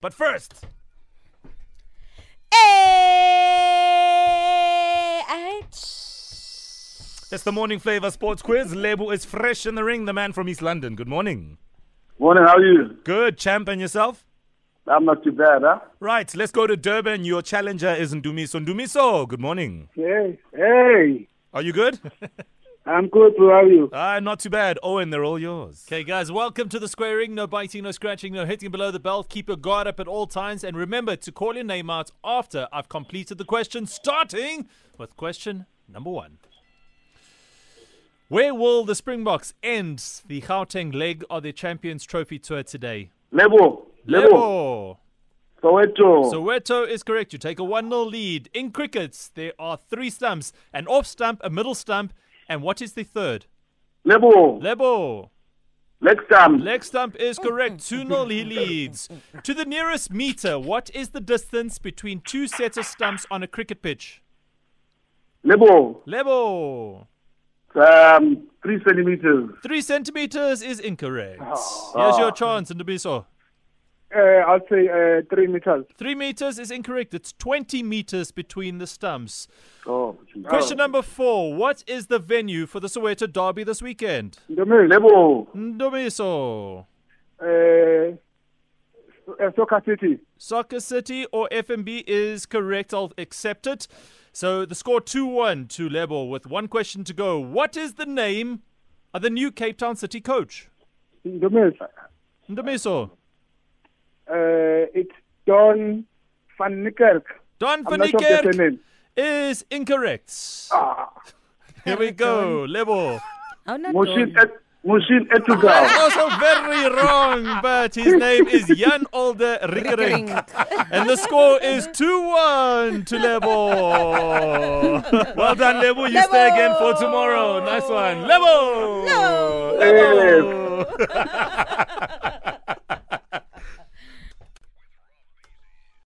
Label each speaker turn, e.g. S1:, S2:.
S1: But first,
S2: A-H.
S1: it's the morning flavor sports quiz. Label is fresh in the ring. The man from East London. Good morning.
S3: Morning, how are you?
S1: Good champ and yourself.
S3: I'm not too bad, huh?
S1: Right, let's go to Durban. Your challenger is Ndumiso. Ndumiso, good morning.
S3: Hey, hey,
S1: Are you good?
S3: I'm good, how are you?
S1: Ah, not too bad. Owen, they're all yours.
S4: Okay, guys, welcome to the square ring. No biting, no scratching, no hitting below the belt. Keep your guard up at all times. And remember to call your name out after I've completed the question, starting with question number one. Where will the Springboks end the Gauteng leg of the Champions Trophy Tour today?
S3: Lebo, Lebo,
S4: Lebo.
S3: Soweto.
S4: Soweto is correct. You take a 1 0 lead. In crickets, there are three stumps an off stump, a middle stump, and what is the third?
S3: Lebo,
S4: Lebo.
S3: next time.
S4: Leg stump is correct. 2 0 he leads. To the nearest meter, what is the distance between two sets of stumps on a cricket pitch?
S3: Lebo,
S4: Lebo.
S3: um, three centimeters.
S4: Three centimeters is incorrect. Here's your chance, Ndubiso.
S3: Uh, I'll say uh, three meters.
S4: Three meters is incorrect. It's 20 meters between the stumps.
S3: Oh,
S4: Question number four. What is the venue for the Soweto Derby this weekend?
S3: number. Lebo,
S4: Ndubiso.
S3: uh, uh, Soccer City.
S4: Soccer City or FMB is correct. I'll accept it. So the score 2 1 to Lebo with one question to go. What is the name of the new Cape Town City coach?
S3: Domir.
S4: Ndamiso.
S3: Uh, it's Don Van Niekerk.
S4: Don
S3: I'm not sure of the
S4: Faniker
S3: surname. Ah.
S4: is incorrect. Here we go. Lebo.
S2: Oh, no.
S3: Moshin, Et- Moshin
S4: That's
S3: Etugal.
S4: also very wrong, but his name is Jan Olde Rickering. And the score is 2 1 to Lebo.
S1: Well done, Lebo. You stay
S2: Lebo!
S1: again for tomorrow. Nice one. Lebo!
S2: No.
S1: Lebo!